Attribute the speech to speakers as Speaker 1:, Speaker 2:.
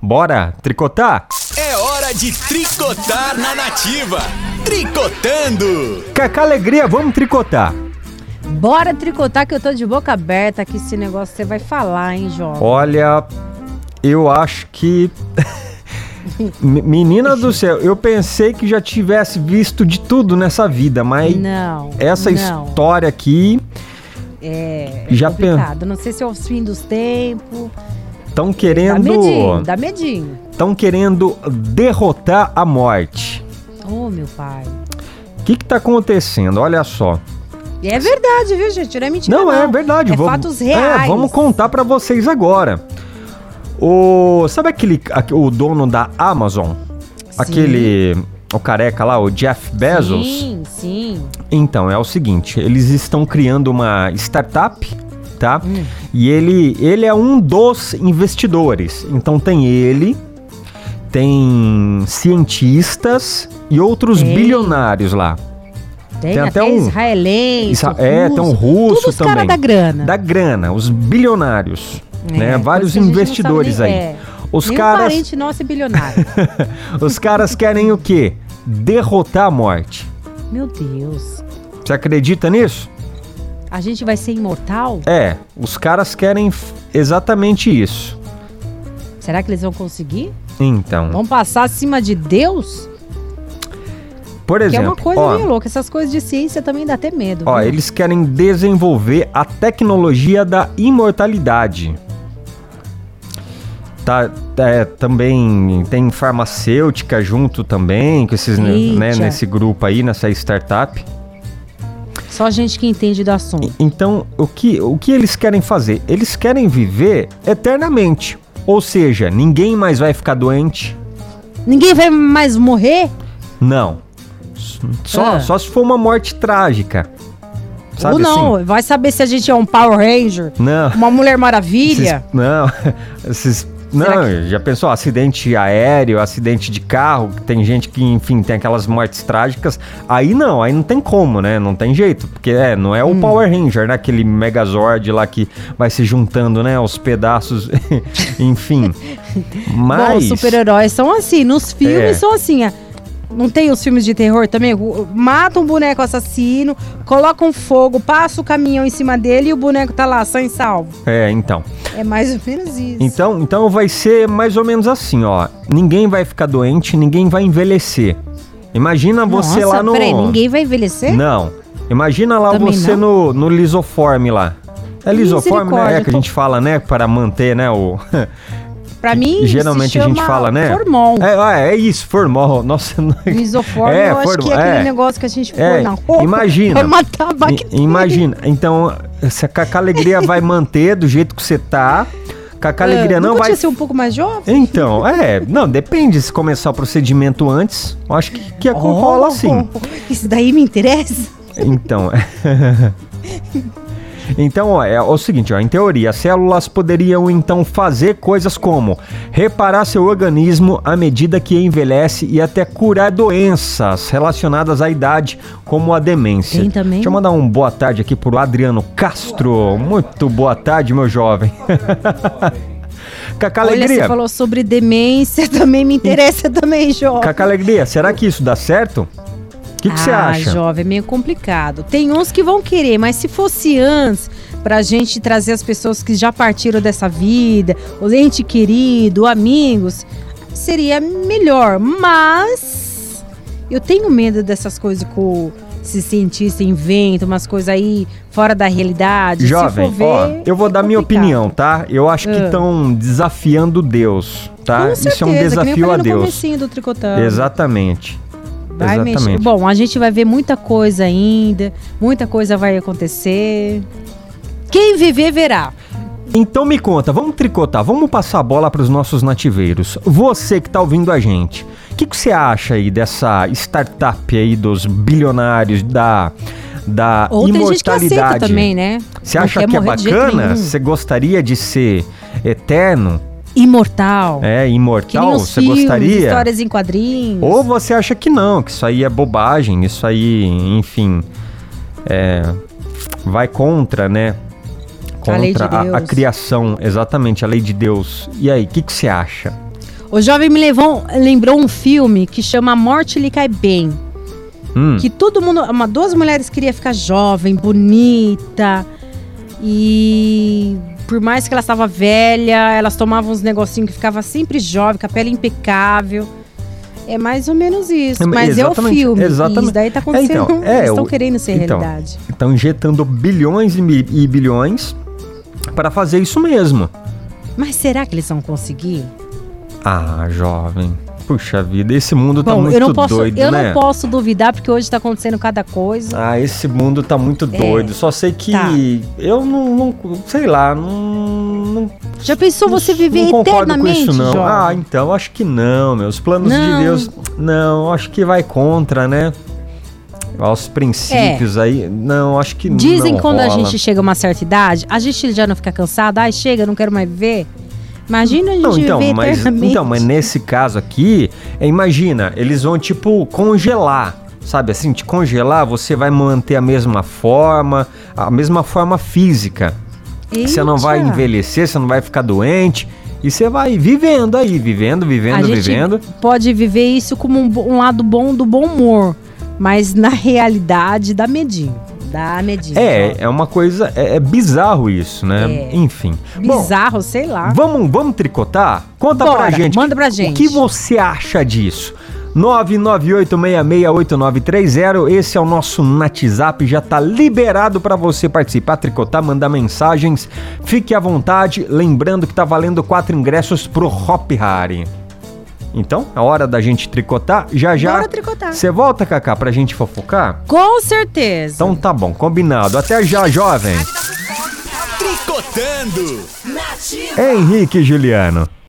Speaker 1: Bora tricotar?
Speaker 2: É hora de tricotar na nativa. Tricotando!
Speaker 1: Cacá Alegria, vamos tricotar.
Speaker 3: Bora tricotar que eu tô de boca aberta que esse negócio você vai falar, hein, João?
Speaker 1: Olha, eu acho que. Me- Menina do céu, eu pensei que já tivesse visto de tudo nessa vida, mas
Speaker 3: Não.
Speaker 1: essa
Speaker 3: não.
Speaker 1: história aqui.
Speaker 3: é,
Speaker 1: já
Speaker 3: já complicado. Não sei se é o fim dos tempos.
Speaker 1: Estão
Speaker 3: Dá medinho,
Speaker 1: querendo.
Speaker 3: dá medinho.
Speaker 1: Estão querendo derrotar a morte.
Speaker 3: Ô, meu pai.
Speaker 1: O que, que tá acontecendo? Olha só.
Speaker 3: E é verdade, viu, gente? Não é mentira,
Speaker 1: Não,
Speaker 3: não.
Speaker 1: é verdade.
Speaker 3: É
Speaker 1: vamos,
Speaker 3: fatos reais.
Speaker 1: É, vamos contar pra vocês agora. O sabe aquele aque- o dono da Amazon,
Speaker 3: Sim.
Speaker 1: aquele o careca lá, o Jeff Bezos.
Speaker 3: Sim, sim.
Speaker 1: Então é o seguinte, eles estão criando uma startup, tá?
Speaker 3: Hum.
Speaker 1: E ele ele é um dos investidores. Então tem ele, tem cientistas e outros
Speaker 3: Tem.
Speaker 1: bilionários lá.
Speaker 3: Tem,
Speaker 1: Tem até
Speaker 3: até,
Speaker 1: um-
Speaker 3: israelense,
Speaker 1: Isa- é, tem um russo
Speaker 3: Todos os
Speaker 1: também.
Speaker 3: caras da grana.
Speaker 1: Da grana, os bilionários,
Speaker 3: É,
Speaker 1: né?
Speaker 3: coisa
Speaker 1: Vários
Speaker 3: que a gente não
Speaker 1: investidores
Speaker 3: sabe
Speaker 1: aí.
Speaker 3: nem- é,
Speaker 1: Os
Speaker 3: nenhum
Speaker 1: caras,
Speaker 3: parente nosso é bilionário.
Speaker 1: os caras querem o quê? Derrotar a morte.
Speaker 3: Meu Deus.
Speaker 1: Você acredita nisso?
Speaker 3: A gente vai ser imortal?
Speaker 1: É, os caras querem f- exatamente isso.
Speaker 3: Será que eles vão conseguir?
Speaker 1: Então,
Speaker 3: Vão passar acima de Deus?
Speaker 1: por
Speaker 3: Que é
Speaker 1: exemplo,
Speaker 3: uma coisa
Speaker 1: ó,
Speaker 3: meio louca. né? Essas coisas de ciência também dá até medo.
Speaker 1: ó,
Speaker 3: viu?
Speaker 1: eles querem desenvolver a tecnologia da imortalidade. Tá, é, também tem farmacêutica junto também, com esses, né,
Speaker 3: Eita.
Speaker 1: nesse grupo aí, nessa startup.
Speaker 3: Só gente que entende do assunto.
Speaker 1: Então, o que, o que eles querem fazer? Eles querem viver eternamente. Ou seja, ninguém mais vai ficar doente.
Speaker 3: Ninguém vai mais morrer?
Speaker 1: Não. S- Só,
Speaker 3: Ah.
Speaker 1: só se for uma morte trágica. Sabe
Speaker 3: Ou não?
Speaker 1: assim?
Speaker 3: Vai saber se a gente é um Power Ranger,
Speaker 1: Não.
Speaker 3: uma Mulher
Speaker 1: Esses,
Speaker 3: Maravilha.
Speaker 1: não. Esses, não,
Speaker 3: Será
Speaker 1: já pensou? Acidente aéreo, acidente de carro, que tem gente que, enfim, tem aquelas mortes trágicas. Aí não, aí não tem como, né? Não tem jeito. Porque é, não é o
Speaker 3: Hum.
Speaker 1: Power Ranger, né? Aquele Megazord lá que vai se juntando, né? Os pedaços, enfim.
Speaker 3: Bom,
Speaker 1: Mas.
Speaker 3: os super-heróis são assim. Nos
Speaker 1: É.
Speaker 3: filmes são assim. ah, Não tem os filmes de terror também? O- Mata um boneco assassino, coloca um fogo, passa o caminhão em cima dele e o boneco tá lá, sã e salvo.
Speaker 1: É, então.
Speaker 3: É mais ou menos isso.
Speaker 1: Então, então vai ser mais ou menos assim, ó. Ninguém vai ficar doente, ninguém vai envelhecer. Imagina você
Speaker 3: Nossa,
Speaker 1: lá no.
Speaker 3: peraí, ninguém vai envelhecer?
Speaker 1: Não. Imagina lá
Speaker 3: Também
Speaker 1: você no, no lisoforme lá. É lisoforme, né? É
Speaker 3: Misericórdia,
Speaker 1: que a gente fala, né? Para manter, né? O...
Speaker 3: Pra mim, isso
Speaker 1: Geralmente
Speaker 3: se
Speaker 1: a gente
Speaker 3: chama
Speaker 1: fala, né?
Speaker 3: Formol.
Speaker 1: É, ah, é isso, formal. Nossa, não-
Speaker 3: Misoforme,
Speaker 1: É,
Speaker 3: eu acho que é
Speaker 1: formal,
Speaker 3: aquele
Speaker 1: é.
Speaker 3: negócio é que a gente
Speaker 1: É,
Speaker 3: põe na roupa
Speaker 1: imagina.
Speaker 3: pra matar a bactéria.
Speaker 1: I- imagina. Então, se a Cacá Alegria vai manter do jeito que você tá, Cacá Alegria
Speaker 3: Ah,
Speaker 1: não vai.
Speaker 3: podia ser um pouco mais jovem?
Speaker 1: Então, é, não, depende se começar o procedimento antes. Eu acho que, que rola sim.
Speaker 3: Isso daí me interessa?
Speaker 1: Então. Então, ó, é o seguinte, ó, em teoria, as células poderiam então fazer coisas como reparar seu organismo à medida que envelhece e até curar doenças relacionadas à idade, como a demência.
Speaker 3: Tem também?
Speaker 1: Deixa eu mandar um boa tarde aqui pro Adriano Castro. Muito boa tarde, meu jovem. Cacá
Speaker 3: Olha,
Speaker 1: Alegria.
Speaker 3: você falou sobre demência, também me interessa também, jovem.
Speaker 1: Cacá Alegria, será que isso dá certo? O que que você
Speaker 3: ah,
Speaker 1: acha?
Speaker 3: jovem, é meio complicado. Tem uns que vão querer, mas se fosse antes, pra gente trazer as pessoas que já partiram dessa vida, o ente querido, amigos, seria melhor. Mas eu tenho medo dessas coisas que o- esses cientistas inventam, umas coisas aí fora da realidade.
Speaker 1: Jovem,
Speaker 3: se for ver,
Speaker 1: ó, eu vou
Speaker 3: é
Speaker 1: dar minha
Speaker 3: complicado.
Speaker 1: opinião, tá? Eu acho que
Speaker 3: Ah.
Speaker 1: estão desafiando Deus, tá?
Speaker 3: Com
Speaker 1: Isso é um
Speaker 3: certeza, que nem eu
Speaker 1: desafio
Speaker 3: falei
Speaker 1: a
Speaker 3: no
Speaker 1: Deus.
Speaker 3: comecinho do tricotando.
Speaker 1: Exatamente.
Speaker 3: Vai
Speaker 1: Exatamente.
Speaker 3: mexer. Bom, a gente vai ver muita coisa ainda, muita coisa vai acontecer. Quem viver, verá.
Speaker 1: Então me conta, vamos tricotar, vamos passar a bola para os nossos nativeiros. Você que tá ouvindo a gente, o que, que você acha aí dessa startup aí dos bilionários da da
Speaker 3: Ou tem gente que
Speaker 1: imortalidade?
Speaker 3: aceita também, né?
Speaker 1: Você
Speaker 3: Não
Speaker 1: acha
Speaker 3: quer
Speaker 1: que é
Speaker 3: morrer de jeito
Speaker 1: bacana?
Speaker 3: nenhum.
Speaker 1: Você gostaria de ser eterno?
Speaker 3: Imortal.
Speaker 1: É,
Speaker 3: Que nem
Speaker 1: imortal?
Speaker 3: os
Speaker 1: Você
Speaker 3: filmes,
Speaker 1: gostaria?
Speaker 3: histórias assim. em quadrinhos.
Speaker 1: Ou você acha que não, que isso aí é bobagem, isso aí, enfim, é, vai contra, né?
Speaker 3: A lei de
Speaker 1: Contra a, a
Speaker 3: Deus.
Speaker 1: criação, exatamente, a lei de Deus. E aí, o que, que você acha?
Speaker 3: O jovem me levou, lembrou um filme que chama A Morte lhe cai bem.
Speaker 1: Hum.
Speaker 3: Que todo mundo. Uma, duas mulheres queria ficar jovem, bonita. E por mais que ela estava velha, elas tomavam uns negocinhos que ficava sempre jovem, com a pele impecável. É mais ou menos isso.
Speaker 1: É,
Speaker 3: mas é o
Speaker 1: exatamente,
Speaker 3: filme. e
Speaker 1: exatamente.
Speaker 3: Isso daí tá acontecendo.
Speaker 1: então, é,
Speaker 3: eles estão
Speaker 1: o-
Speaker 3: querendo ser
Speaker 1: então,
Speaker 3: realidade.
Speaker 1: Estão injetando bilhões e, mi- e bilhões para fazer isso mesmo.
Speaker 3: Mas será que eles vão conseguir?
Speaker 1: Ah, jovem. Puxa vida, esse mundo tá
Speaker 3: Bom,
Speaker 1: muito
Speaker 3: eu não posso,
Speaker 1: doido,
Speaker 3: eu
Speaker 1: né?
Speaker 3: não posso duvidar porque hoje tá acontecendo cada coisa.
Speaker 1: Ah, esse mundo tá muito doido. Só sei que
Speaker 3: É. tá.
Speaker 1: eu não, não- sei lá, não, não,
Speaker 3: Já pensou Então você viver
Speaker 1: não concordo com
Speaker 3: eternamente,
Speaker 1: isso não.
Speaker 3: jovem?
Speaker 1: Ah, então acho que não, meus planos
Speaker 3: Não.
Speaker 1: de Deus, não, acho que vai contra, né? Aos princípios aí, não, acho que
Speaker 3: É. Dizem
Speaker 1: não
Speaker 3: quando a
Speaker 1: rola.
Speaker 3: gente chega a uma certa idade, a gente já não fica cansado, ai, chega, não quero mais viver. Imagina a gente
Speaker 1: Não, então,
Speaker 3: viver
Speaker 1: mas,
Speaker 3: eternamente.
Speaker 1: então, mas nesse caso aqui, é, imagina, eles vão tipo congelar, sabe assim, te congelar, você vai manter a mesma forma, a mesma forma física. Você não vai
Speaker 3: Eita.
Speaker 1: envelhecer, você não vai ficar doente e você vai vivendo aí, vivendo,
Speaker 3: A
Speaker 1: vivendo,
Speaker 3: gente
Speaker 1: vivendo.
Speaker 3: pode viver isso como um, bo- um lado bom do bom humor, mas na realidade dá medinho. Dá medinho.
Speaker 1: É, é uma coisa, é, é bizarro isso, né?
Speaker 3: É.
Speaker 1: Enfim. Bom,
Speaker 3: Bizarro, sei lá.
Speaker 1: Vamos, vamos tricotar? Conta pra
Speaker 3: Tá? Bora,
Speaker 1: gente.
Speaker 3: manda pra gente.
Speaker 1: O que você acha disso? 998668930, esse é o nosso WhatsApp, já tá liberado pra você participar, tricotar, mandar mensagens. Fique à vontade, lembrando que tá valendo quatro ingressos pro Hop Hari. Então, a hora da gente tricotar, já já.
Speaker 3: Bora tricotar.
Speaker 1: Você volta, Cacá, pra gente fofocar?
Speaker 3: Com certeza.
Speaker 1: Então tá bom, combinado. Até já, jovem.
Speaker 2: Tricotando.
Speaker 1: Henrique e Juliano.